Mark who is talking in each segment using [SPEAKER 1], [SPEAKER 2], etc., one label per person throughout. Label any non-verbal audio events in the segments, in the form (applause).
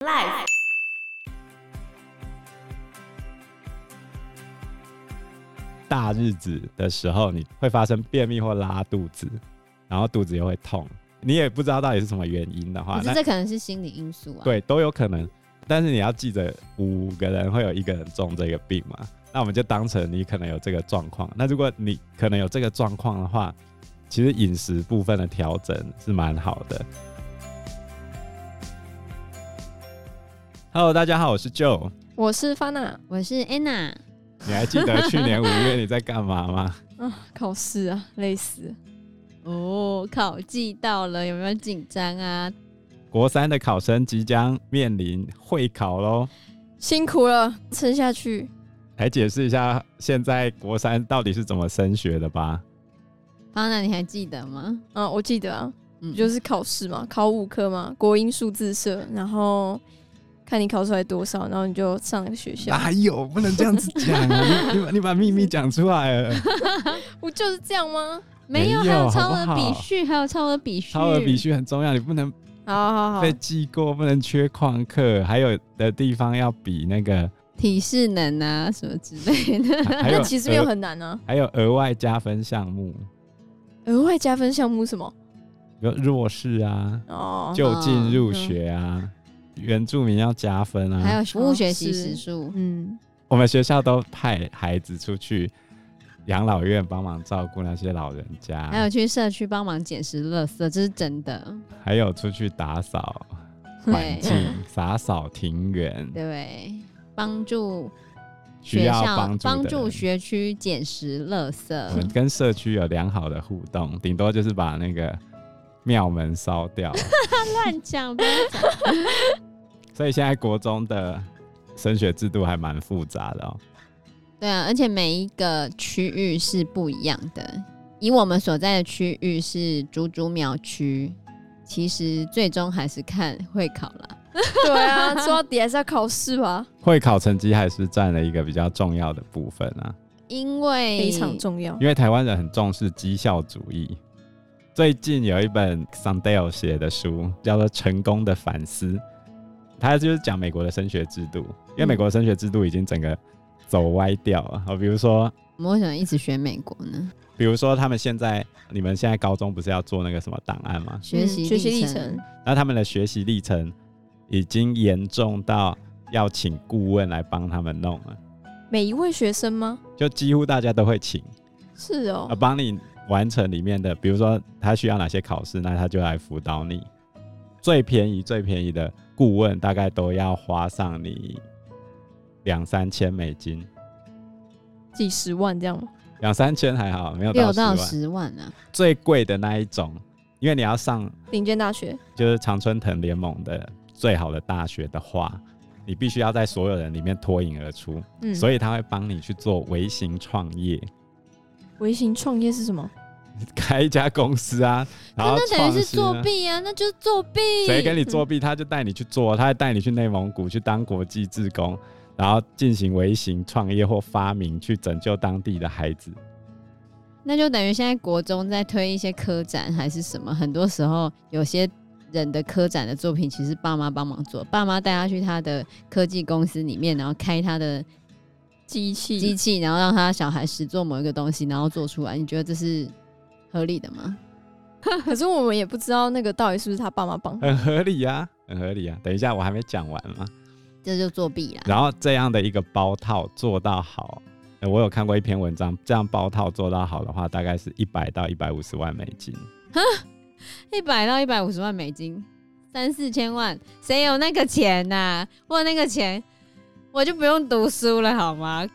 [SPEAKER 1] Life。
[SPEAKER 2] 大日子的时候，你会发生便秘或拉肚子，然后肚子也会痛，你也不知道到底是什么原因的话
[SPEAKER 1] 可，是
[SPEAKER 2] 啊那
[SPEAKER 1] 这可能是心理因素啊。，
[SPEAKER 2] 对都有可能。但是你要记着，五个人会有一个人中这个病嘛？那我们就当成你可能有这个状况。那如果你可能有这个状况的话，其实饮食部分的调整是蛮好的。Hello，大家好，我是 Joe。
[SPEAKER 3] 我是方娜，
[SPEAKER 1] 我是 Anna。
[SPEAKER 2] 你还记得去年五月你在干嘛吗？
[SPEAKER 3] 考试啊，累死了。
[SPEAKER 1] 哦，考季到了，有没有紧张啊？
[SPEAKER 2] 国三的考生即将面临会考喽，
[SPEAKER 3] 辛苦了，撑下去。
[SPEAKER 2] 来解释一下现在国三到底是怎么升学的吧。
[SPEAKER 1] 方啊娜，你还记得吗？
[SPEAKER 3] 嗯，我记得啊，
[SPEAKER 1] 嗯
[SPEAKER 3] 就是考试嘛，考五科嘛，国英数自社，然后看你考出来多少，然后你就上个学校。
[SPEAKER 2] 哪有不能这样子讲
[SPEAKER 3] (laughs)
[SPEAKER 2] 啊？你你把你把秘密讲出来了，
[SPEAKER 3] 不就是这样吗？
[SPEAKER 1] 没有，
[SPEAKER 2] 没
[SPEAKER 1] 还
[SPEAKER 2] 有
[SPEAKER 1] 有超
[SPEAKER 2] 好不
[SPEAKER 1] 额
[SPEAKER 2] 好
[SPEAKER 1] 比序，还有超额比序，
[SPEAKER 2] 超额比序很重要，你不能
[SPEAKER 3] 好好好
[SPEAKER 2] 被，记过，不能缺旷课，还有的地方要比那
[SPEAKER 3] (laughs)
[SPEAKER 2] 个，
[SPEAKER 1] 体适能啊什么之类的。
[SPEAKER 2] 还有
[SPEAKER 3] 那其实没有
[SPEAKER 2] 额
[SPEAKER 3] 很难啊。
[SPEAKER 2] 还有额外加分项目，
[SPEAKER 3] 额外加分项目是什么？
[SPEAKER 2] 比如弱势啊，
[SPEAKER 3] 哦，
[SPEAKER 2] 就近入学啊，原住民要加分啊，
[SPEAKER 1] 还有服务学习
[SPEAKER 3] 哦
[SPEAKER 1] 时
[SPEAKER 3] 是
[SPEAKER 1] 数，
[SPEAKER 3] 嗯，
[SPEAKER 2] 我们学校都派孩子出去养老院帮忙照顾那些老人家，
[SPEAKER 1] 还有去社区帮忙捡拾垃圾，这是真的。
[SPEAKER 2] 还有出去打扫环
[SPEAKER 1] (laughs) 对
[SPEAKER 2] 境、打扫庭园，
[SPEAKER 1] 对，帮助
[SPEAKER 2] 需
[SPEAKER 1] 学
[SPEAKER 2] 要
[SPEAKER 1] 校
[SPEAKER 2] 帮助的人嗯
[SPEAKER 1] 学区捡拾垃
[SPEAKER 2] 我们
[SPEAKER 1] 圾。
[SPEAKER 2] 跟社区有良好的互动，顶多就是把那个庙门烧掉。
[SPEAKER 1] (laughs)
[SPEAKER 2] (laughs)
[SPEAKER 1] 乱讲吧，
[SPEAKER 2] 所以现在国中的升学制度还蛮复杂的哦。
[SPEAKER 1] 对啊，而且每一个区域是不一样的。以我们所在的区域是竹竹苗区，其实最终还是看会考啦。
[SPEAKER 3] 对啊， (laughs) 说到底还是要考试吧，
[SPEAKER 2] 会考成绩还是占了一个比较重要的部分啊。
[SPEAKER 1] 因为
[SPEAKER 3] 非常重要。
[SPEAKER 2] 因为台湾人很重视绩效主义。最近有一本 Sandel 写的书，叫做《成功的反思》，他就是讲美国的升学制度，因为美国的升学制度已经整个走歪掉了。哦，比如说，
[SPEAKER 1] 我们为什么一直学美国
[SPEAKER 3] 嗯
[SPEAKER 1] 呢？
[SPEAKER 2] 比如说他们现在，你们现在高中不是要做那个什么档案吗？
[SPEAKER 1] 学习、
[SPEAKER 3] 嗯学习历程，
[SPEAKER 2] 那他们的学习历程已经严重到要请顾问来帮他们弄了，
[SPEAKER 3] 每一位学生吗？
[SPEAKER 2] 就几乎大家都会请。
[SPEAKER 3] 是哦
[SPEAKER 2] 啊，，帮你完成里面的，比如说他需要哪些考试，那他就来辅导你。最便宜最便宜的顾问大概都要花上你两三千美金，
[SPEAKER 3] 几十万这样吗？
[SPEAKER 2] 两三千还好，没有
[SPEAKER 1] 六
[SPEAKER 2] 十
[SPEAKER 1] 到
[SPEAKER 2] 万。
[SPEAKER 1] 十万啊！
[SPEAKER 2] 最贵的那一种，因为你要上
[SPEAKER 3] 顶尖大学，
[SPEAKER 2] 就是常春藤联盟的最好的大学的话，你必须要在所有人里面脱颖而出，
[SPEAKER 3] 嗯，
[SPEAKER 2] 所以他会帮你去做微型创业， (laughs)
[SPEAKER 3] 微型创业是什么？
[SPEAKER 2] 开一家公司啊，然后
[SPEAKER 1] 那等于
[SPEAKER 2] 创
[SPEAKER 1] 是
[SPEAKER 2] 新啊
[SPEAKER 1] 作弊啊，那就是作弊。
[SPEAKER 2] 谁跟你作弊，他就带你去做，他还带你去内蒙古去当国际志工，然后进行微型创业或发明，去拯救当地的孩子。
[SPEAKER 1] 那就等于现在国中在推一些科展还是什么，很多时候有些人的科展的作品其实爸妈帮忙做，爸妈带他去他的科技公司里面，然后开他的
[SPEAKER 3] 机器
[SPEAKER 1] 机
[SPEAKER 2] 嗯
[SPEAKER 1] 器，然后让他小孩实做某一个东西，然后做出来，你觉得这是合理的吗？
[SPEAKER 3] 可是我们也不知道那个到底是不是他爸
[SPEAKER 2] (laughs)
[SPEAKER 3] 妈帮。
[SPEAKER 2] 很合理啊，很合理啊。等一下，我还没讲完嘛。
[SPEAKER 1] 这就作弊啦。
[SPEAKER 2] 然后这样的一个包套做到好，呃我有看过一篇文章，这样包套做到好的话，大概是一百到一百五十万美金。
[SPEAKER 1] 一百到一百五十万美金，三四千万，谁有那个钱呐、我有那个钱，我就不用读书了好吗？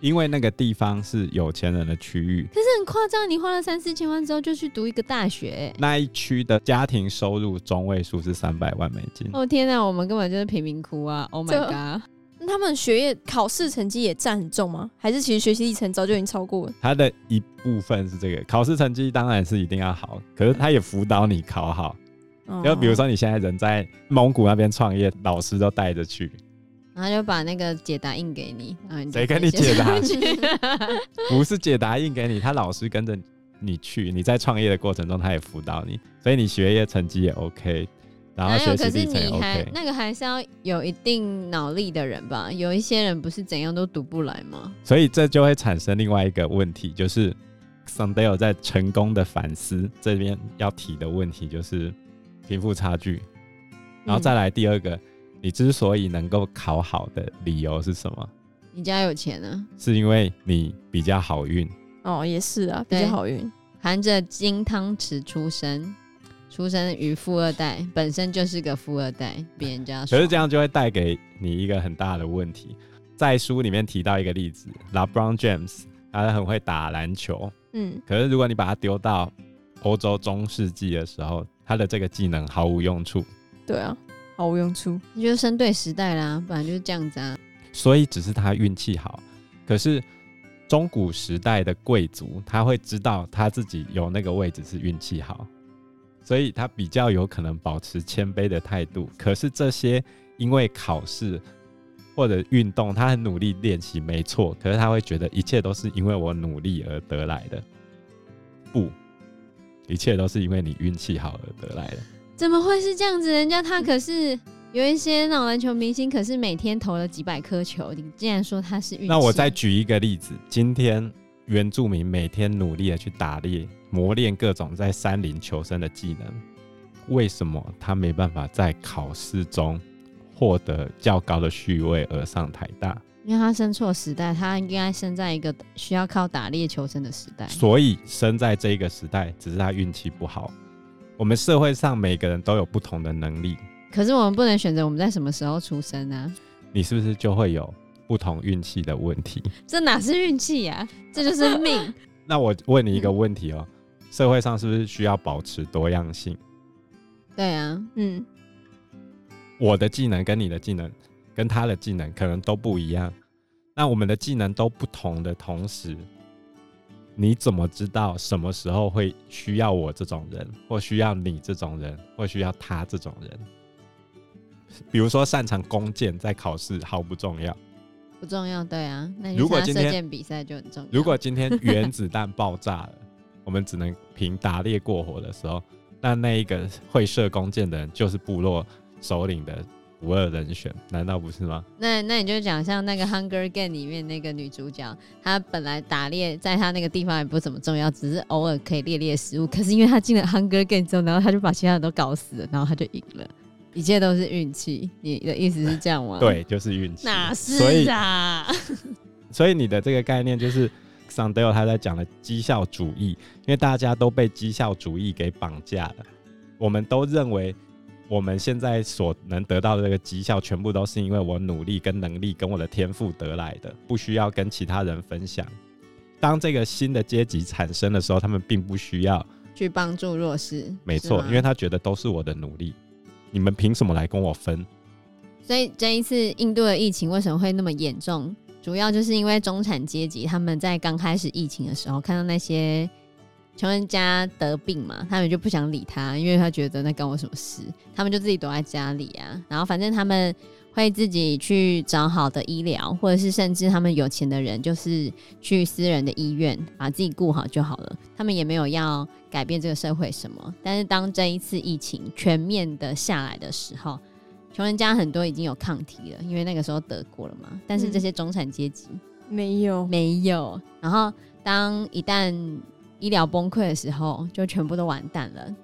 [SPEAKER 2] 因为那个地方是有钱人的区域，
[SPEAKER 1] 可是很夸张，你花了三四千万之后就去读一个大学、欸
[SPEAKER 2] 那一区的家庭收入中位数是三百万美金。
[SPEAKER 1] 哦天哪，我们根本就是贫民窟啊！Oh
[SPEAKER 2] (laughs)
[SPEAKER 1] my god！
[SPEAKER 3] 那他们学业考试成绩也占很重吗？还是其实学习历程早就已经超过了？
[SPEAKER 2] 它的一部分是这个考试成绩当然是一定要好，可是他也辅导你考好。
[SPEAKER 1] 哦
[SPEAKER 2] 就
[SPEAKER 3] 哦
[SPEAKER 2] 比如说你现在人在蒙古那边创业，老师都带着去，
[SPEAKER 1] 然后就把那个解答印给你，然后你就
[SPEAKER 2] 谁跟你解答
[SPEAKER 1] 直接上去
[SPEAKER 2] 不是解答印给你，他老师跟着你去。你在创业的过程中，他也辅导你，所以你学业成绩也 OK，然后
[SPEAKER 1] 哪有？
[SPEAKER 2] 学
[SPEAKER 1] 哎可
[SPEAKER 2] 习
[SPEAKER 1] 是
[SPEAKER 2] 历程也
[SPEAKER 1] 你还
[SPEAKER 2] OK。
[SPEAKER 1] 那个还是要有一定脑力的人吧？有一些人不是怎样都读不来吗？
[SPEAKER 2] 所以这就会产生另外一个问题，就是 Sandel 在成功的反思这边要提的问题就是贫富差距，然后再来第二个，你之所以能够考好的理由是什么？
[SPEAKER 1] 你家有钱啊，
[SPEAKER 2] 是因为你比较好运，
[SPEAKER 3] 哦，也是啊，比
[SPEAKER 1] 对
[SPEAKER 3] 较好运。
[SPEAKER 1] 含着金汤匙出生，出生于富二代，本身就是个富二代，比人家
[SPEAKER 2] 可是这
[SPEAKER 1] 样，
[SPEAKER 2] 样就会带给你一个很大的问题。在书里面提到一个例子，LeBron James，他很会打篮球，
[SPEAKER 3] 嗯，
[SPEAKER 2] 可是如果你把它丢到欧洲中世纪的时候，他的这个技能毫无用处，
[SPEAKER 3] 对啊，毫无用处。
[SPEAKER 1] 你就生对时代啦，本来就是这样子啊。
[SPEAKER 2] 所以只是他运气好。可是中古时代的贵族，他会知道他自己有那个位置是运气好，所以他比较有可能保持谦卑的态度。可是这些因为考试或者运动，他很努力练习，没错。可是他会觉得一切都是因为我努力而得来的，不，一切都是因为你运气好而得来的。
[SPEAKER 1] 怎么会是这样子？人家他可是有一些那种篮球明星，可是每天投了几百颗球，你竟然说他是运气？啊
[SPEAKER 2] 那我再举一个例子，今天原住民每天努力的去打猎，磨练各种在山林求生的技能，为什么他没办法在考试中获得较高的序位而上台大？
[SPEAKER 1] 因为他生错时代，他应该生在一个需要靠打猎求生的时代。
[SPEAKER 2] 所以生在这个时代，只是他运气不好。我们社会上每个人都有不同的能力，
[SPEAKER 1] 可是我们不能选择我们在什么时候出生啊，
[SPEAKER 2] 你是不是就会有不同运气的问题？
[SPEAKER 1] 这哪是运气呀？这就是命。
[SPEAKER 2] 那我问你一个问题哦，社会上是不是需要保持多样性？
[SPEAKER 1] (laughs) 对啊，
[SPEAKER 3] 嗯，
[SPEAKER 2] 我的技能跟你的技能跟他的技能可能都不一样。那我们的技能都不同的同时，你怎么知道什么时候会需要我这种人，或需要你这种人，或需要他这种人？比如说擅长弓箭，在考试毫不重要。
[SPEAKER 1] 不重要。对啊，那你
[SPEAKER 2] 如果
[SPEAKER 1] 参加
[SPEAKER 2] 今天
[SPEAKER 1] 射箭比赛就很重要。
[SPEAKER 2] 如果今天原子弹爆炸了，我们只能凭打猎过活的时候，那那一个会射弓箭的人就是部落首领的不二人选，难道不是吗？
[SPEAKER 1] 那那你就讲像那个《Hunger Game》里面那个女主角，她本来打猎在她那个地方也不怎么重要，只是偶尔可以猎猎食物。可是因为她进了《Hunger Game》之后，然后她就把其他人都搞死了，然后她就赢了。一切都是运气，你的意思是这样吗？，
[SPEAKER 2] 对，就是运气。
[SPEAKER 1] 哪是
[SPEAKER 2] 所以，
[SPEAKER 1] 啊？
[SPEAKER 2] 所以你的这个概念就是桑德尔他在讲的绩效主义，因为大家都被绩效主义给绑架了。我们都认为我们现在所能得到的这个绩效，全部都是因为我努力、跟能力、跟我的天赋得来的，不需要跟其他人分享。当这个新的阶级产生的时候，他们并不需要，
[SPEAKER 1] 去帮助弱势，
[SPEAKER 2] 没
[SPEAKER 1] 是啊
[SPEAKER 2] 错，
[SPEAKER 1] 吗
[SPEAKER 2] 因为他觉得都是我的努力，你们凭什么来跟我分？
[SPEAKER 1] 所以这一次印度的疫情为什么会那么严重？主要就是因为中产阶级他们在刚开始疫情的时候，看到那些穷人家得病嘛，他们就不想理他，因为他觉得那干我什么事？他们就自己躲在家里啊，然后反正他们会自己去找好的医疗，或者是甚至他们有钱的人就是去私人的医院把自己顾好就好了，他们也没有要改变这个社会什么。但是当这一次疫情全面的下来的时候，穷人家很多已经有抗体了，因为那个时候得过了嘛。但是这些中产阶级
[SPEAKER 3] 没有，
[SPEAKER 1] 没有。然后当一旦医疗崩溃的时候，就全部都完蛋了。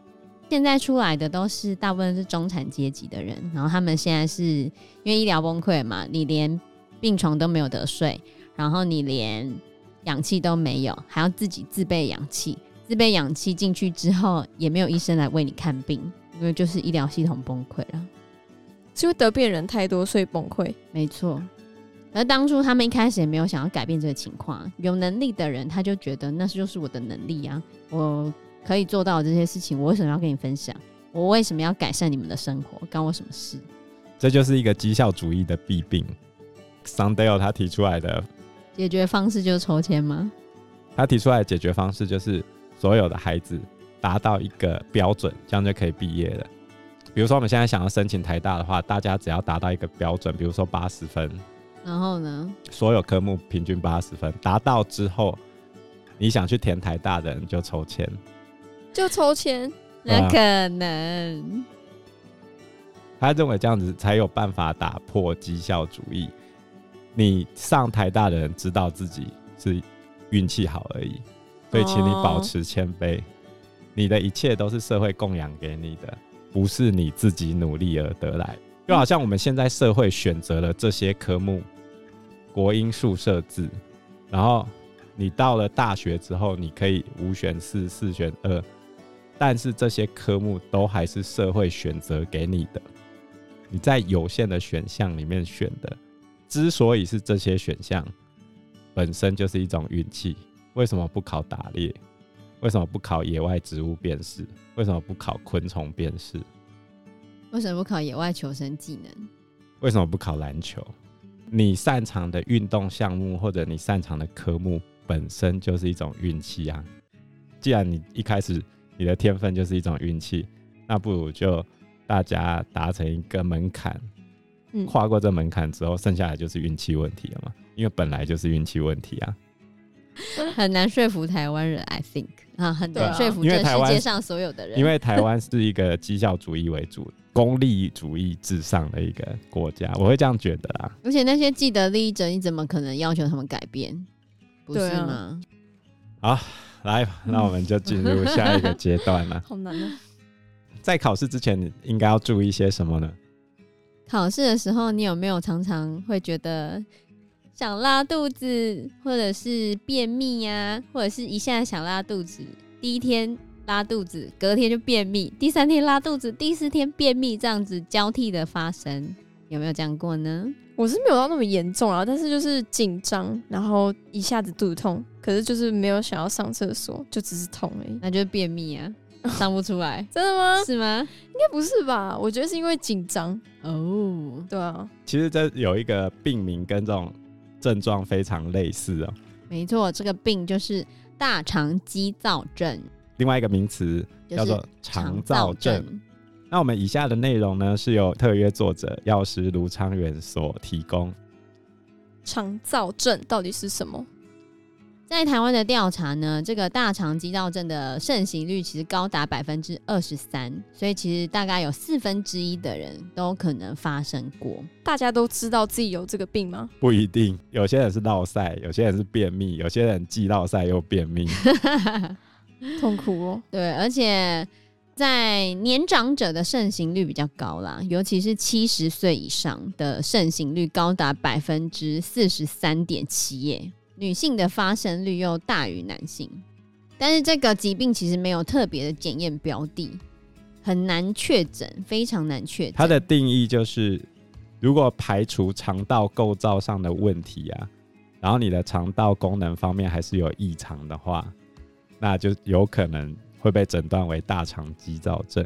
[SPEAKER 1] 现在出来的都是大部分是中产阶级的人，然后他们现在是因为医疗崩溃嘛，你连病床都没有得睡，然后你连氧气都没有，还要自己自备氧气。自备氧气进去之后，也没有医生来为你看病，因为就是医疗系统崩溃了。
[SPEAKER 3] 是因为得病的人太多，所以崩溃。
[SPEAKER 1] 没错。而当初他们一开始也没有想要改变这个情况，有能力的人他就觉得那就是我的能力啊，我可以做到这些事情，我为什么要跟你分享？我为什么要改善你们的生活？干我什么事？
[SPEAKER 2] 这就是一个绩效主义的弊病。Sandel 他提出来的，
[SPEAKER 1] 解决方式就是抽签吗？
[SPEAKER 2] 他提出来的解决方式就是所有的孩子达到一个标准，这样就可以毕业了。比如说我们现在想要申请台大的话，大家只要达到一个标准，比如说八十分，
[SPEAKER 1] 然后呢？
[SPEAKER 2] 所有科目平均八十分，达到之后，你想去填台大的人就抽签。
[SPEAKER 3] 就抽签，
[SPEAKER 2] 对啊
[SPEAKER 1] 那可能、
[SPEAKER 2] 他认为这样子才有办法打破绩效主义。你上台大的人知道自己是运气好而已，所以请你保持谦卑。你的一切都是社会供养给你的，不是你自己努力而得来。就好像我们现在社会选择了这些科目，国英数设置，然后你到了大学之后，你可以五选四，四选二，但是这些科目都还是社会选择给你的，你在有限的选项里面选的。之所以是这些选项，本身就是一种运气。为什么不考打猎？为什么不考野外植物辨识？为什么不考昆虫辨识？
[SPEAKER 1] 为什么不考野外求生技能？
[SPEAKER 2] 为什么不考篮球？你擅长的运动项目或者你擅长的科目本身就是一种运气啊。既然你一开始你的天分就是一种运气，那不如就大家达成一个门槛，
[SPEAKER 3] 嗯，
[SPEAKER 2] 跨过这门槛之后，剩下来就是运气问题了嘛。因为本来就是运气问题啊。
[SPEAKER 1] 很难说服台湾人，I think 啊，很
[SPEAKER 3] 对
[SPEAKER 1] 难
[SPEAKER 3] 啊
[SPEAKER 1] 说服
[SPEAKER 2] 因
[SPEAKER 1] 这
[SPEAKER 2] 为台
[SPEAKER 1] 世
[SPEAKER 2] 湾
[SPEAKER 1] 界上所有的人，
[SPEAKER 2] 因为台湾是一个绩效主义为主、功利主义至上的一个国家，我会这样觉得啊。
[SPEAKER 1] 而且那些既得利益者，你怎么可能要求他们改变？不
[SPEAKER 3] 对
[SPEAKER 1] 是
[SPEAKER 3] 啊
[SPEAKER 1] 吗？
[SPEAKER 2] 来，那我们就进入下一个阶段
[SPEAKER 3] (laughs)
[SPEAKER 2] 了。
[SPEAKER 3] 好难哦。
[SPEAKER 2] 在考试之前，你应该要注意些什么呢？
[SPEAKER 1] 考试的时候，你有没有常常会觉得想拉肚子，或者是便秘呀、或者是一下想拉肚子，第一天拉肚子，隔天就便秘，第三天拉肚子，第四天便秘，这样子交替的发生，有没有这样过呢？
[SPEAKER 3] 我是没有到那么严重啊，但是就是紧张，然后一下子肚子痛，可是就是没有想要上厕所，就只是痛而已。
[SPEAKER 1] 那就是便秘啊，上不出来
[SPEAKER 3] 真的吗？
[SPEAKER 1] 是吗？
[SPEAKER 3] 应该不是吧？我觉得是因为紧张。
[SPEAKER 1] (laughs) 哦，
[SPEAKER 3] 对啊，
[SPEAKER 2] 其实这有一个病名跟这种症状非常类似哦。
[SPEAKER 1] 没错，这个病就是大肠激躁症，
[SPEAKER 2] 另外一个名词
[SPEAKER 1] 就
[SPEAKER 2] 叫
[SPEAKER 1] 是
[SPEAKER 2] 做肠燥症。。那我们以下的内容呢，是由特约作者药师卢昌远所提供。
[SPEAKER 3] 肠燥症到底是什么？
[SPEAKER 1] 在台湾的调查呢，这个大肠激躁症的盛行率其实高达百分之二十三，所以其实大概有四分之一的人都可能发生过。 (laughs)
[SPEAKER 3] 大家都知道自己有这个病吗？
[SPEAKER 2] 不一定，有些人是落晒，有些人是便秘，有些人既落晒又便秘。
[SPEAKER 3] 痛苦哦。
[SPEAKER 1] 对，而且在年长者的盛行率比较高啦，尤其是七十岁以上的盛行率高达百分之四十三点七耶，女性的发生率又大于男性。但是这个疾病其实没有特别的检验标的，很难确诊，非常难确诊。
[SPEAKER 2] 它的定义就是，如果排除肠道构造上的问题啊，然后你的肠道功能方面还是有异常的话，那就有可能会被诊断为大肠激躁症。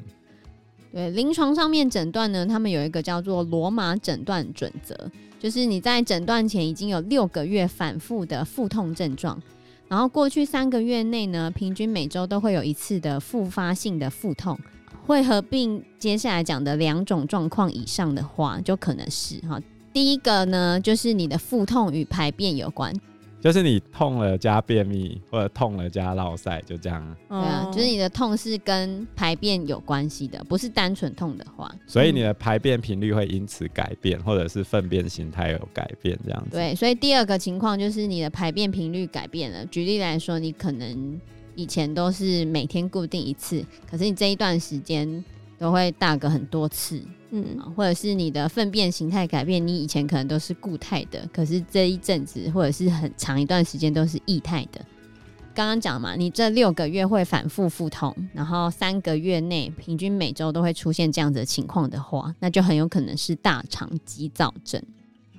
[SPEAKER 1] 对，临床上面诊断呢，他们有一个叫做罗马诊断准则，就是你在诊断前已经有六个月反复的腹痛症状，然后过去三个月内呢，平均每周都会有一次的复发性的腹痛，会合并接下来讲的两种状况以上的话，就可能是哈。第一个呢，就是你的腹痛与排便有关，
[SPEAKER 2] 就是你痛了加便秘，或者痛了加落晒，就这样啊。
[SPEAKER 3] 对
[SPEAKER 1] 对啊，就是你的痛是跟排便有关系的，不是单纯痛的话，
[SPEAKER 2] 所以你的排便频率会因此改变，或者是粪便形态有改变，这样子。
[SPEAKER 1] 对，所以第二个情况就是你的排便频率改变了。举例来说，你可能以前都是每天固定一次，可是你这一段时间都会大个很多次，
[SPEAKER 3] 嗯，
[SPEAKER 1] 啊或者是你的粪便形态改变，你以前可能都是固态的，可是这一阵子或者是很长一段时间都是液态的。刚刚讲嘛，你这六个月会反复腹痛，然后三个月内平均每周都会出现这样子的情况的话，那就很有可能是大肠激躁症。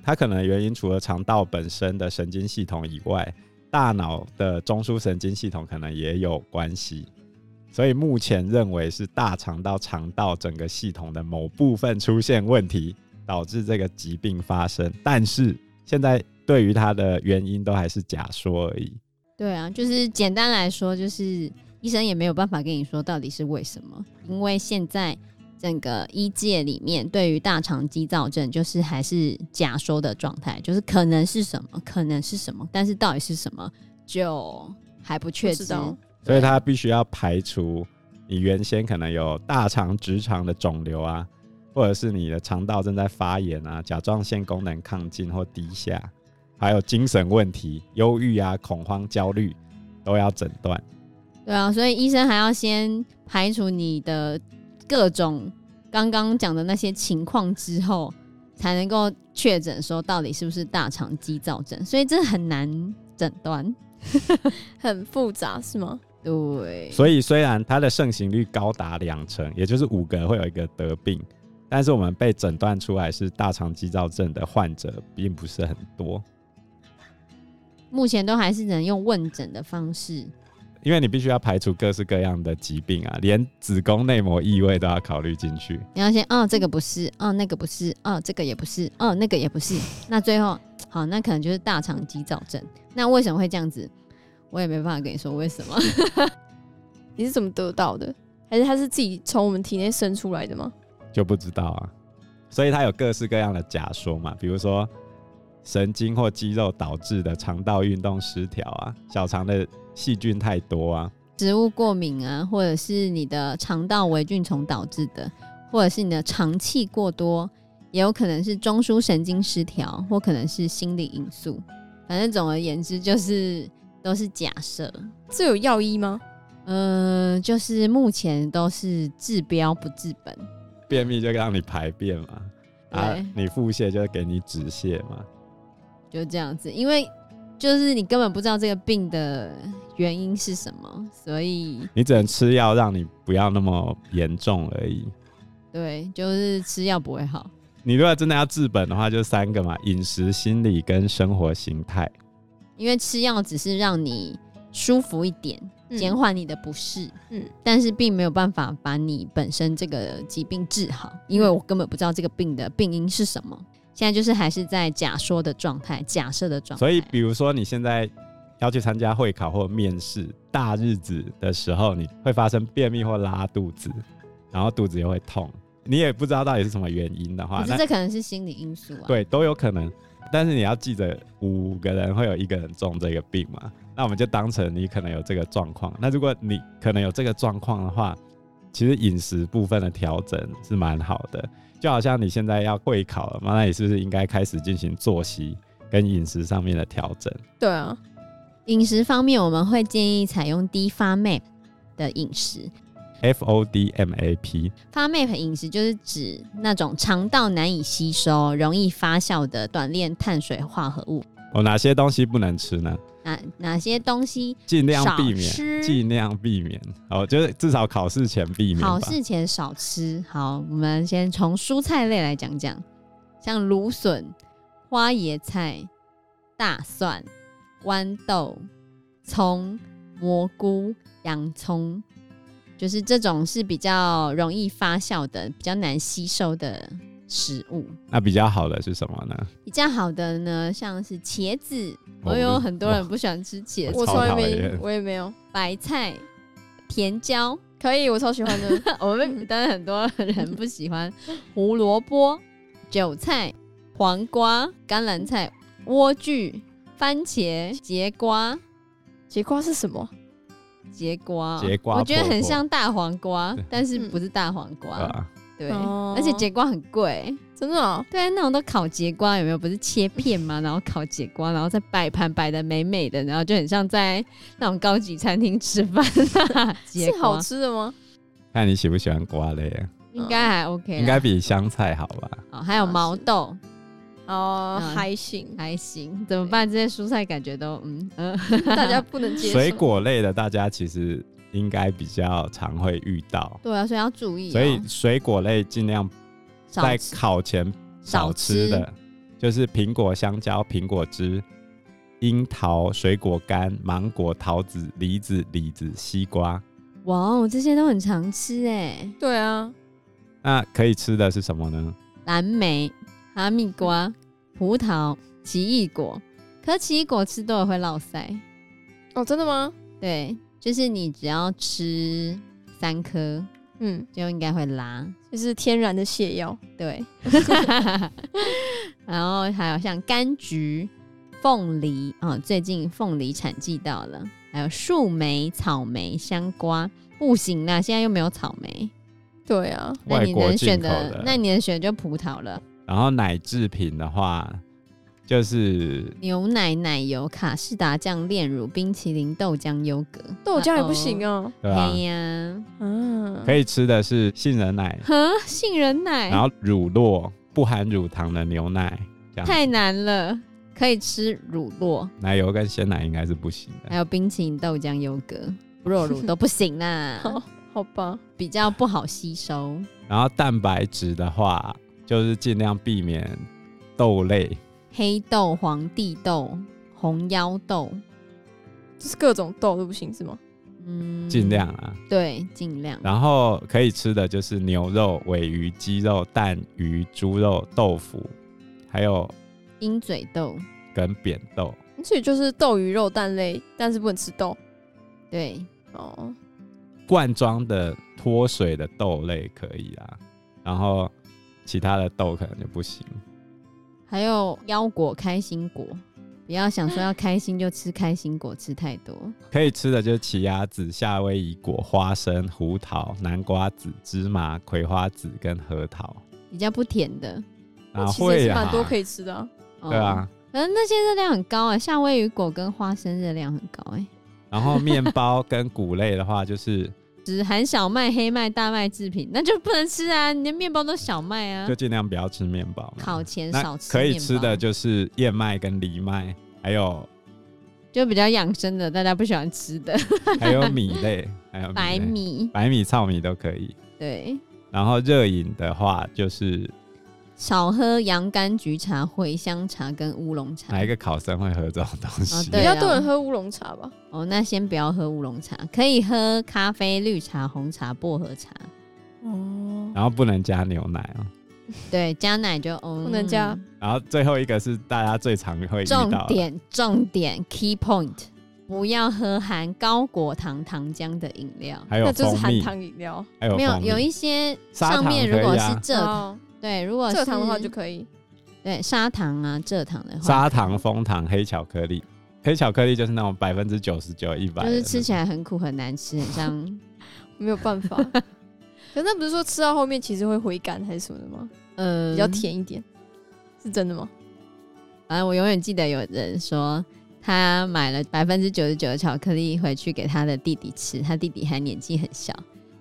[SPEAKER 2] 它可能原因除了肠道本身的神经系统以外，大脑的中枢神经系统可能也有关系。所以目前认为是大肠到肠道整个系统的某部分出现问题，导致这个疾病发生。但是现在对于它的原因都还是假说而已。
[SPEAKER 1] 对啊，就是简单来说，就是医生也没有办法跟你说到底是为什么，因为现在整个医界里面对于大肠激躁症就是还是假说的状态，就是可能是什么，可能是什么，但是到底是什么就还不确
[SPEAKER 3] 不知道
[SPEAKER 2] 所以它必须要排除你原先可能有大肠直肠的肿瘤啊，或者是你的肠道正在发炎啊，甲状腺功能亢进或低下，还有精神问题、忧郁啊、恐慌、焦虑，都要诊断。
[SPEAKER 1] 对啊，所以医生还要先排除你的各种刚刚讲的那些情况之后，才能够确诊说到底是不是大肠肌造症，所以这很难诊断。
[SPEAKER 3] 很复杂是吗？
[SPEAKER 1] 对，
[SPEAKER 2] 所以虽然它的盛行率高达两成，也就是五个会有一个得病，但是我们被诊断出来是大肠肌躁症的患者并不是很多，
[SPEAKER 1] 目前都还是能用问诊的方式。
[SPEAKER 2] 因为你必须要排除各式各样的疾病啊，连子宫内膜异位都要考虑进去。
[SPEAKER 1] 你要先，哦，这个不是，哦，那个不是，哦，这个也不是，哦，那个也不是。那最后，好，那可能就是大肠肌躁症。那为什么会这样子？我也没办法跟你说为什么。 (laughs)
[SPEAKER 3] 你是怎么得到的？还是它是自己从我们体内生出来的吗？
[SPEAKER 2] 就不知道啊。所以它有各式各样的假说嘛，比如说神经或肌肉导致的肠道运动失调啊，小肠的细菌太多啊，
[SPEAKER 1] 植物过敏啊，或者是你的肠道微菌虫导致的，或者是你的肠气过多，也有可能是中枢神经失调，或可能是心理因素。反正总而言之，就是都是假设。
[SPEAKER 3] 这有药医吗？
[SPEAKER 1] 呃，就是目前都是治标不治本。
[SPEAKER 2] 便秘就让你排便嘛，啊
[SPEAKER 1] 对，
[SPEAKER 2] 你腹泻就给你止泻嘛。
[SPEAKER 1] 就这样子，因为就是你根本不知道这个病的原因是什么，所以
[SPEAKER 2] 你只能吃药让你不要那么严重而已。
[SPEAKER 1] 对，就是吃药不会好。
[SPEAKER 2] 你如果真的要治本的话，就三个嘛：饮食、心理跟生活形态。
[SPEAKER 1] 因为吃药只是让你舒服一点，
[SPEAKER 3] 嗯
[SPEAKER 1] 减缓你的不适，嗯
[SPEAKER 3] 嗯，
[SPEAKER 1] 但是并没有办法把你本身这个疾病治好，因
[SPEAKER 3] 嗯
[SPEAKER 1] 为我根本不知道这个病的病因是什么。现在就是还是在假说的状态，假设的状态。
[SPEAKER 2] 所以，比如说你现在要去参加会考或面试大日子的时候，你会发生便秘或拉肚子，然后肚子也会痛，你也不知道到底是什么原因的话
[SPEAKER 1] 可，是
[SPEAKER 2] 啊那
[SPEAKER 1] 这可能是心理因素啊。
[SPEAKER 2] 对都有可能。但是你要记着，五个人会有一个人中这个病嘛？那我们就当成你可能有这个状况。那如果你可能有这个状况的话，其实饮食部分的调整是蛮好的。就好像你现在要会考了嘛，那你是不是应该开始进行作息跟饮食上面的调整？
[SPEAKER 3] 对啊，
[SPEAKER 1] 饮食方面，我们会建议采用低发 MAP 的饮食，
[SPEAKER 2] F O D M A P，
[SPEAKER 1] 发 MAP 饮食就是指那种肠道难以吸收、容易发酵的短链碳水化合物。
[SPEAKER 2] 哦，哪些东西不能吃呢？
[SPEAKER 1] 哪哪些东西
[SPEAKER 2] 尽量
[SPEAKER 1] 少
[SPEAKER 2] 避免，
[SPEAKER 1] 吃？
[SPEAKER 2] 尽量避免。哦，就是至少考试前避免吧
[SPEAKER 1] 考。试前少吃。好，我们先从蔬菜类来讲讲，像芦笋、花椰菜、大蒜、豌豆、葱、蘑菇、洋葱，就是这种是比较容易发酵的、比较难吸收的食物。
[SPEAKER 2] 那比较好的是什么呢？
[SPEAKER 1] 比较好的呢，像是茄子，
[SPEAKER 2] 哦
[SPEAKER 1] 我有
[SPEAKER 2] 我
[SPEAKER 1] 很多人
[SPEAKER 2] 哇
[SPEAKER 1] 不喜欢吃茄子，
[SPEAKER 3] 我从
[SPEAKER 2] 超
[SPEAKER 3] 来
[SPEAKER 2] 讨
[SPEAKER 3] 没
[SPEAKER 2] 厌，
[SPEAKER 3] 我也没有。
[SPEAKER 1] 白菜、甜椒，
[SPEAKER 3] 可以，我超喜
[SPEAKER 1] (laughs)
[SPEAKER 3] 欢的。
[SPEAKER 1] 我们当然很多人不喜欢胡萝卜、韭菜、黄瓜、甘蓝菜、莴苣、番茄、节瓜、
[SPEAKER 3] 节瓜是什么？
[SPEAKER 1] 节瓜哦，
[SPEAKER 2] 节瓜
[SPEAKER 1] 我觉得
[SPEAKER 2] 婆
[SPEAKER 1] 很
[SPEAKER 2] 婆啊
[SPEAKER 1] 像大黄瓜，但是
[SPEAKER 3] 嗯
[SPEAKER 1] 不是大黄
[SPEAKER 2] 对
[SPEAKER 1] 瓜，
[SPEAKER 2] 吧？
[SPEAKER 1] 对，
[SPEAKER 3] 哦
[SPEAKER 1] 而且节瓜很贵。
[SPEAKER 3] 真的哦、
[SPEAKER 1] 对啊，那种都烤节瓜有没有？不是切片吗？然后烤节瓜，然后再摆盘摆的美美的，然后就很像在那种高级餐厅吃饭、 (laughs) 啊节
[SPEAKER 3] 是好
[SPEAKER 1] 瓜
[SPEAKER 3] 吃的吗？
[SPEAKER 2] 看你喜不喜欢瓜类啊，
[SPEAKER 1] 应该还 OK 啦。
[SPEAKER 2] 应该比香菜好吧？
[SPEAKER 1] 哦，还有毛豆
[SPEAKER 3] 哦、
[SPEAKER 1] 嗯，
[SPEAKER 3] 还行
[SPEAKER 1] (laughs) 还行，怎么办？这些蔬菜感觉都嗯嗯，
[SPEAKER 3] 大家不能接受。
[SPEAKER 2] 水果类的大家其实应该比较常会遇到，
[SPEAKER 1] (laughs) 对啊，所以要注意哦、
[SPEAKER 2] 所以水果类尽量
[SPEAKER 1] 少
[SPEAKER 2] 在
[SPEAKER 1] 吃
[SPEAKER 2] 考前少吃的，就是苹果、香蕉、苹果汁、樱桃、水果干、芒果、桃子、梨子、李子、西瓜。
[SPEAKER 1] 哇哦，这些都很常吃哎，
[SPEAKER 3] 对啊，
[SPEAKER 2] 那可以吃的是什么呢？
[SPEAKER 1] 蓝莓、哈密 (laughs) 瓜、葡萄、奇异果，可是奇异果吃多了会落腮。
[SPEAKER 3] 哦，真的吗？
[SPEAKER 1] 对，就是你只要吃三颗，
[SPEAKER 3] 嗯，
[SPEAKER 1] 就应该会拉。
[SPEAKER 3] 就是天然的泻药。
[SPEAKER 1] 对， (laughs) 然后还有像柑橘、凤梨啊、哦最近凤梨产季到了，还有树莓、草莓、香瓜。不行啦，现在又没有草莓，
[SPEAKER 3] 对啊，
[SPEAKER 1] 那
[SPEAKER 2] 外
[SPEAKER 1] 你
[SPEAKER 2] 国
[SPEAKER 1] 能
[SPEAKER 2] 进
[SPEAKER 1] 选
[SPEAKER 2] 口
[SPEAKER 1] 的
[SPEAKER 2] 的，
[SPEAKER 1] 那你能选就葡萄了，
[SPEAKER 2] 然后奶制品的话，就是
[SPEAKER 1] 牛奶、奶油、卡士达酱、炼乳、冰淇淋、豆浆、优格，
[SPEAKER 3] 豆浆也不行哦、
[SPEAKER 2] 对啊吧、
[SPEAKER 1] 哎呀，
[SPEAKER 3] 嗯，
[SPEAKER 2] 可
[SPEAKER 3] 以，
[SPEAKER 2] 以吃的是杏仁奶，
[SPEAKER 1] 呵，杏仁奶
[SPEAKER 2] 然后乳酪不含乳糖的牛奶，这样
[SPEAKER 1] 太难了，可以吃乳酪，
[SPEAKER 2] 奶油跟鲜奶应该是不行
[SPEAKER 1] 还
[SPEAKER 2] 的。
[SPEAKER 1] 有冰淇淋、豆浆、优格、若乳都不行啦，
[SPEAKER 3] (laughs) 好，好吧，
[SPEAKER 1] 比较不好吸收。
[SPEAKER 2] 然后蛋白质的话，就是尽量避免豆类，
[SPEAKER 1] 黑豆、黄帝豆、红腰豆，
[SPEAKER 3] 就是各种豆都不行是吗？
[SPEAKER 1] 嗯，
[SPEAKER 2] 尽量啊。
[SPEAKER 1] 对，尽量。
[SPEAKER 2] 然后可以吃的就是牛肉、尾鱼、鸡肉、蛋鱼、猪肉、豆腐，还有
[SPEAKER 1] 鹰嘴豆，
[SPEAKER 2] 跟扁豆。
[SPEAKER 3] 嗯所以就是豆鱼肉蛋类，但是不能吃豆
[SPEAKER 1] 对，
[SPEAKER 3] 哦。
[SPEAKER 2] 罐装的脱水的豆类可以啦，然后其他的豆可能就不行。
[SPEAKER 1] 还有腰果、开心果。不要想说要开心就吃开心果，吃太多。
[SPEAKER 2] 可以吃的就是奇亚籽、夏威夷果、花生、胡桃、南瓜子、芝麻、葵花籽跟核桃。
[SPEAKER 1] 比较不甜的，
[SPEAKER 2] 啊，
[SPEAKER 3] 哦其实也
[SPEAKER 2] 会
[SPEAKER 3] 是
[SPEAKER 2] 呀、
[SPEAKER 3] 蛮多可以吃的、啊，
[SPEAKER 1] 哦
[SPEAKER 2] 对啊，，
[SPEAKER 1] 可是那些热量很高哎、夏威夷果跟花生热量很高哎、
[SPEAKER 2] 然后面包跟谷类的话，
[SPEAKER 3] (laughs)
[SPEAKER 2] 就是
[SPEAKER 1] 只含小麦、黑麦、大麦制品，那就不能吃啊！你的面包都小麦啊
[SPEAKER 3] 嗯
[SPEAKER 2] 就，尽量不要吃面包嘛。
[SPEAKER 1] 烤前
[SPEAKER 2] 那
[SPEAKER 1] 少吃。
[SPEAKER 2] 可以吃的，就是燕麦跟藜麦，还
[SPEAKER 1] (laughs)
[SPEAKER 2] 有
[SPEAKER 1] 就比较养生的，大家不喜欢吃的
[SPEAKER 2] 还有米类，还有类、
[SPEAKER 1] 白米，
[SPEAKER 2] 白米、糙米都可以。
[SPEAKER 1] 对，
[SPEAKER 2] 然后热饮的话，就是
[SPEAKER 1] 少喝洋甘菊茶、茴香茶跟乌龙茶。
[SPEAKER 2] 哪一个考生会喝这种东西？
[SPEAKER 1] 对
[SPEAKER 3] 比
[SPEAKER 1] 啊
[SPEAKER 3] 较多人喝乌龙茶吧。
[SPEAKER 1] 哦，那先不要喝乌龙茶，可以喝咖啡、绿茶、红茶、薄荷茶。
[SPEAKER 3] 哦，
[SPEAKER 2] 然后不能加牛奶哦。
[SPEAKER 1] 对，加奶就哦，
[SPEAKER 3] 不能加
[SPEAKER 1] 嗯
[SPEAKER 2] 然后最后一个是大家最常会遇
[SPEAKER 1] 重
[SPEAKER 2] 到的，
[SPEAKER 1] 点，重点，key point，不要喝含高果糖糖浆的饮料。
[SPEAKER 2] 还
[SPEAKER 3] 那
[SPEAKER 2] 有
[SPEAKER 3] 就是
[SPEAKER 2] 蜂
[SPEAKER 3] 含
[SPEAKER 2] 蜜，
[SPEAKER 3] 糖饮料。
[SPEAKER 2] 还有
[SPEAKER 1] 没有
[SPEAKER 2] 蜂，蜜
[SPEAKER 1] 有一些
[SPEAKER 2] 砂
[SPEAKER 1] 上
[SPEAKER 2] 糖
[SPEAKER 1] 面
[SPEAKER 2] 可
[SPEAKER 1] 如
[SPEAKER 2] 以
[SPEAKER 1] 果是
[SPEAKER 2] 啊
[SPEAKER 1] 蔗糖，
[SPEAKER 3] 哦
[SPEAKER 1] 对，如果
[SPEAKER 3] 蔗糖的话
[SPEAKER 1] 是
[SPEAKER 3] 就可以。
[SPEAKER 1] 对砂糖啊，蔗糖的话，
[SPEAKER 2] 砂糖、蜂糖、黑巧克力，黑巧克力就是那种百分之九十九、一百，
[SPEAKER 1] 就是吃起来很苦很难吃，很像
[SPEAKER 3] 没有办 (laughs) 法。可是那不是说吃到后面其实会回甘还是什么的吗？
[SPEAKER 1] 呃
[SPEAKER 3] 比较。甜一点，是真的吗？
[SPEAKER 1] 反正啊我永远记得有人说。他买了百分之九十九的巧克力回去给他的弟弟吃，他弟弟还年纪很小。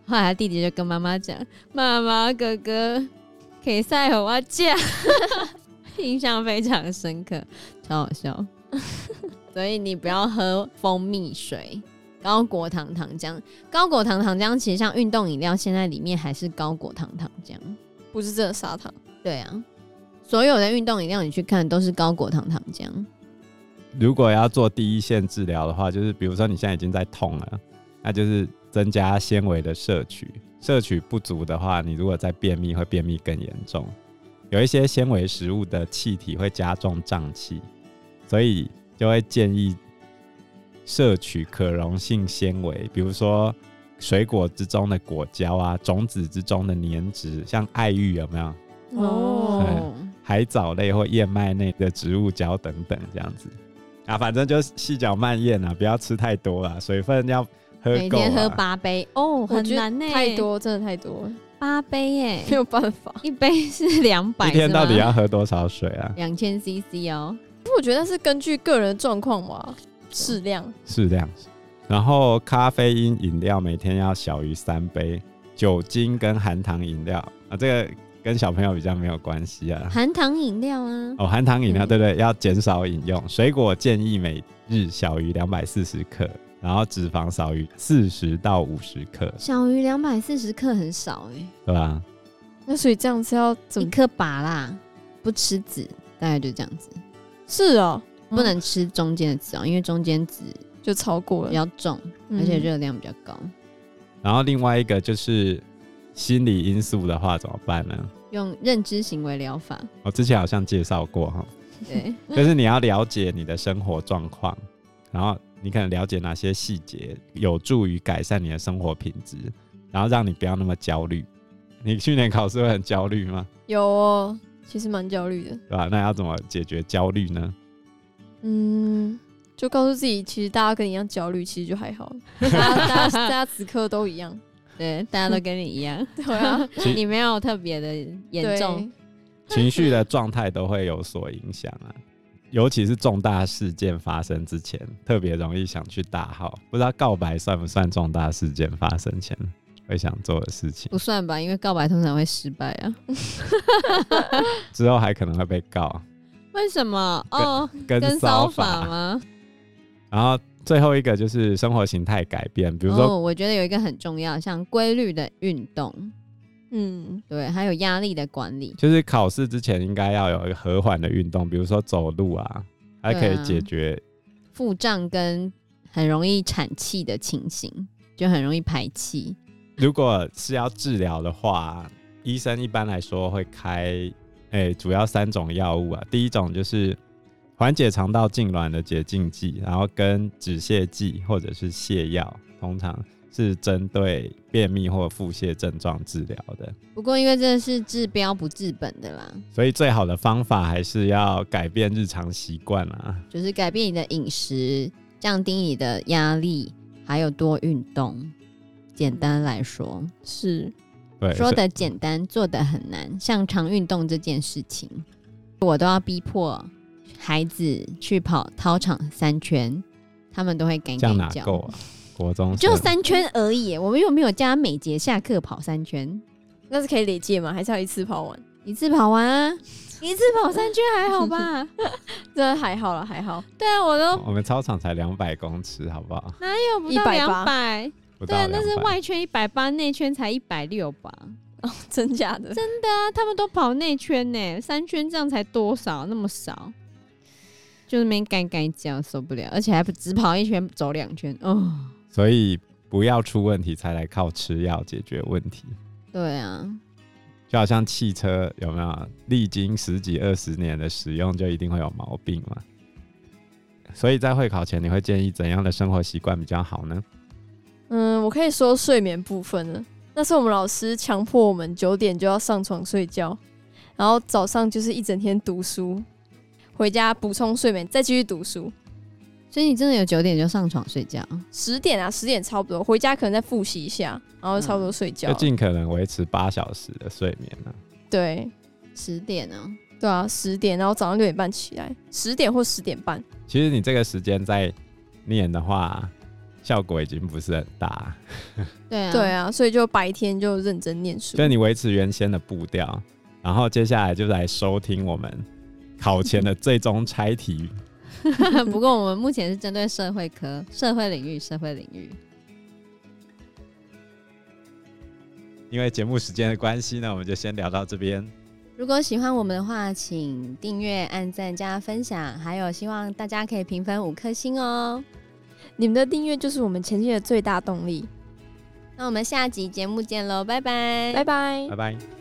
[SPEAKER 1] 后来他弟弟就跟妈妈讲：“妈妈，哥哥，可以赛和我酱。” (laughs) 印象非常深刻，超好笑。 (laughs) 所以你不要喝蜂蜜水、高果糖糖浆。高果糖糖浆其实像运动饮料，现在里面还是高果糖糖浆。
[SPEAKER 3] 不是真的砂糖，
[SPEAKER 1] 对啊，所有的运动饮料你去看都是高果糖糖浆。
[SPEAKER 2] 如果要做第一线治疗的话，就是比如说你现在已经在痛了，那就是增加纤维的摄取。摄取不足的话，你如果再便秘，会便秘更严重。有一些纤维食物的气体会加重胀气，所以就会建议摄取可溶性纤维，比如说水果之中的果胶啊，种子之中的粘质，像爱玉有没有？
[SPEAKER 3] 哦，
[SPEAKER 2] 海藻类或燕麦类的植物胶等等这样子啊，反正就是细嚼慢咽啊，不要吃太多啦，水分要喝
[SPEAKER 1] 每
[SPEAKER 2] 够、
[SPEAKER 1] 天喝
[SPEAKER 2] 啊。
[SPEAKER 1] 八杯哦，
[SPEAKER 3] 我
[SPEAKER 1] 很
[SPEAKER 3] 觉得
[SPEAKER 1] 难呢、
[SPEAKER 3] 太多真的太多了，
[SPEAKER 1] 八杯耶、
[SPEAKER 3] 没有办法。
[SPEAKER 1] 一杯是两百，
[SPEAKER 2] 一天到底要喝多少水啊？
[SPEAKER 1] 两千 CC 哦。
[SPEAKER 3] 不过我觉得那是根据个人的状况嘛，适量。
[SPEAKER 2] 是这样子。然后咖啡因饮料每天要小于三杯，酒精跟含糖饮料啊，这个跟小朋友比较没有关系啊。
[SPEAKER 1] 含糖饮料啊，
[SPEAKER 2] 哦，含糖饮料
[SPEAKER 1] 嗯
[SPEAKER 2] 对不对，要减少饮用。水果建议每日小于两百四十克，然后脂肪少于四十到五十克，
[SPEAKER 1] 小于两百四十克很少哎、
[SPEAKER 2] 对吧？
[SPEAKER 3] 那所以这样是要怎
[SPEAKER 1] 一
[SPEAKER 3] 么？
[SPEAKER 1] 克拔啦，不吃籽，大概就这样子，
[SPEAKER 3] 是哦，
[SPEAKER 1] 不能吃中间的籽哦，因为中间籽
[SPEAKER 3] 就超过
[SPEAKER 1] 比
[SPEAKER 3] 了，
[SPEAKER 1] 较重，
[SPEAKER 3] 嗯
[SPEAKER 1] 而且热量比较高。
[SPEAKER 2] 然后另外一个就是心理因素的话，怎么办呢？
[SPEAKER 1] 用认知行为疗
[SPEAKER 3] (laughs)
[SPEAKER 1] 法，
[SPEAKER 2] 我之前好像介绍过哈，
[SPEAKER 1] 对，
[SPEAKER 2] 就是你要了解你的生活状况，然后你可能了解哪些细节有助于改善你的生活品质，然后让你不要那么焦虑。你去年考试会很焦虑吗？
[SPEAKER 3] 有哦，其实蛮焦虑的。
[SPEAKER 2] 对吧？那要怎么解决焦虑呢？
[SPEAKER 3] 嗯， (laughs) 就告诉自己，其实大家跟你一样焦虑，其实就还好。大家大家大家此刻都一样，
[SPEAKER 1] 对，大家都跟你一样，
[SPEAKER 3] (laughs) 对啊，
[SPEAKER 2] 其
[SPEAKER 1] (laughs) 你没有特别的严重， (laughs)
[SPEAKER 2] 情绪的状态都会有所影响啊，尤其是重大事件发生之前，特别容易想去大号。不知道告白算不算重大事件发生前会想做的事情
[SPEAKER 1] 不，算吧？因为告白通常会失败啊。
[SPEAKER 2] 之后还可能会被告
[SPEAKER 1] 为什么？哦，
[SPEAKER 2] 跟
[SPEAKER 1] 跟
[SPEAKER 2] 骚
[SPEAKER 1] 骚
[SPEAKER 2] 法
[SPEAKER 1] 法。吗？
[SPEAKER 2] 然后最后一个就是生活形态改变，比如说
[SPEAKER 1] 哦，我觉得有一个很重要，像规律的运动，
[SPEAKER 3] 对，嗯，
[SPEAKER 1] 对，还有压力的管理。
[SPEAKER 2] 就是考试之前应该要有一个和缓的运动，比如说走路啊，还可
[SPEAKER 1] 对
[SPEAKER 2] 以
[SPEAKER 1] 啊
[SPEAKER 2] 解决。
[SPEAKER 1] 腹胀跟很容易产气的情形，就很容易排气。
[SPEAKER 2] 如果是要治疗的话，医生一般来说会开，诶、主要三种药物啊。第一种就是缓解肠道痉挛的解痉剂，然后跟止泻剂或者是泻药，通常是针对便秘或腹泻症状治疗的。
[SPEAKER 1] 不过因为这是治标不治本的啦，
[SPEAKER 2] 所以最好的方法还是要改变日常习惯啊。
[SPEAKER 1] 就是改变你的饮食，降低你的压力，还有多运动。简单来说，
[SPEAKER 3] 是，
[SPEAKER 2] 对，
[SPEAKER 1] 说的简单，做的很难。像常运动这件事情，我都要逼迫孩子去跑操场三圈，他们都会赶
[SPEAKER 2] 这样
[SPEAKER 1] 紧
[SPEAKER 2] 哪
[SPEAKER 1] 叫。
[SPEAKER 2] 够啊？国中
[SPEAKER 1] 就
[SPEAKER 2] 生
[SPEAKER 1] 三圈而已，我们又没有叫他每节下课跑三圈，
[SPEAKER 3] 那是可以累计吗？还是要一次跑完？
[SPEAKER 1] 一次跑完啊，一次跑三圈还好吧？ (laughs)
[SPEAKER 3] 这还好了，还好， (laughs)
[SPEAKER 1] 对啊，我都
[SPEAKER 2] 我们操场才两百公尺，好不好？
[SPEAKER 1] 有不到两
[SPEAKER 3] 180
[SPEAKER 1] 百，
[SPEAKER 2] 不
[SPEAKER 1] 对
[SPEAKER 2] 到
[SPEAKER 1] 啊，
[SPEAKER 2] 两
[SPEAKER 1] 那是
[SPEAKER 2] 百。
[SPEAKER 1] 外圈一百八，内圈才一百六吧？
[SPEAKER 3] 真假的，
[SPEAKER 1] 真的啊，他们都跑内圈呢，三圈这样才多少？那么少，就是没干干叫，受不了，而且还不只跑一圈，走两圈，哦，
[SPEAKER 2] 所以不要出问题才来靠吃药解决问题。
[SPEAKER 1] 对啊，
[SPEAKER 2] 就好像汽车有没有历经十几二十年的使用，就一定会有毛病嘛？所以在会考前，你会建议怎样的生活习惯比较好呢？
[SPEAKER 3] 嗯，我可以说睡眠部分了。那是我们老师强迫我们九点就要上床睡觉，然后早上就是一整天读书，回家补充睡眠，再继续读书。
[SPEAKER 1] 所以你真的有九点就上床睡觉，
[SPEAKER 3] 十点啊，十点差不多，回家可能再复习一下，然后差不多睡觉
[SPEAKER 2] 就
[SPEAKER 3] 了。
[SPEAKER 2] 尽可能维持八小时的睡眠啊。
[SPEAKER 3] 对
[SPEAKER 1] 十点哦、
[SPEAKER 3] 对啊，十点，然后早上六点半起来，十点或十点半。
[SPEAKER 2] 其实你这个时间在念的话，效果已经不是很大，
[SPEAKER 1] 对啊，
[SPEAKER 3] 对啊，所以就白天就认真念书
[SPEAKER 2] 就。你维持原先的步调，然后接下来就来收听我们考前的最终拆题。
[SPEAKER 1] (laughs) 不过我们目前是针对社会科、社会领域、社会领域。
[SPEAKER 2] 因为节目时间的关系呢，我们就先聊到这边。
[SPEAKER 1] 如果喜欢我们的话，请订阅、按赞、加分享，还有希望大家可以评分五颗星哦。
[SPEAKER 3] 你们的订阅就是我们前进的最大动力。
[SPEAKER 1] 那我们下集节目见喽，拜拜，
[SPEAKER 3] 拜拜
[SPEAKER 2] 拜。拜。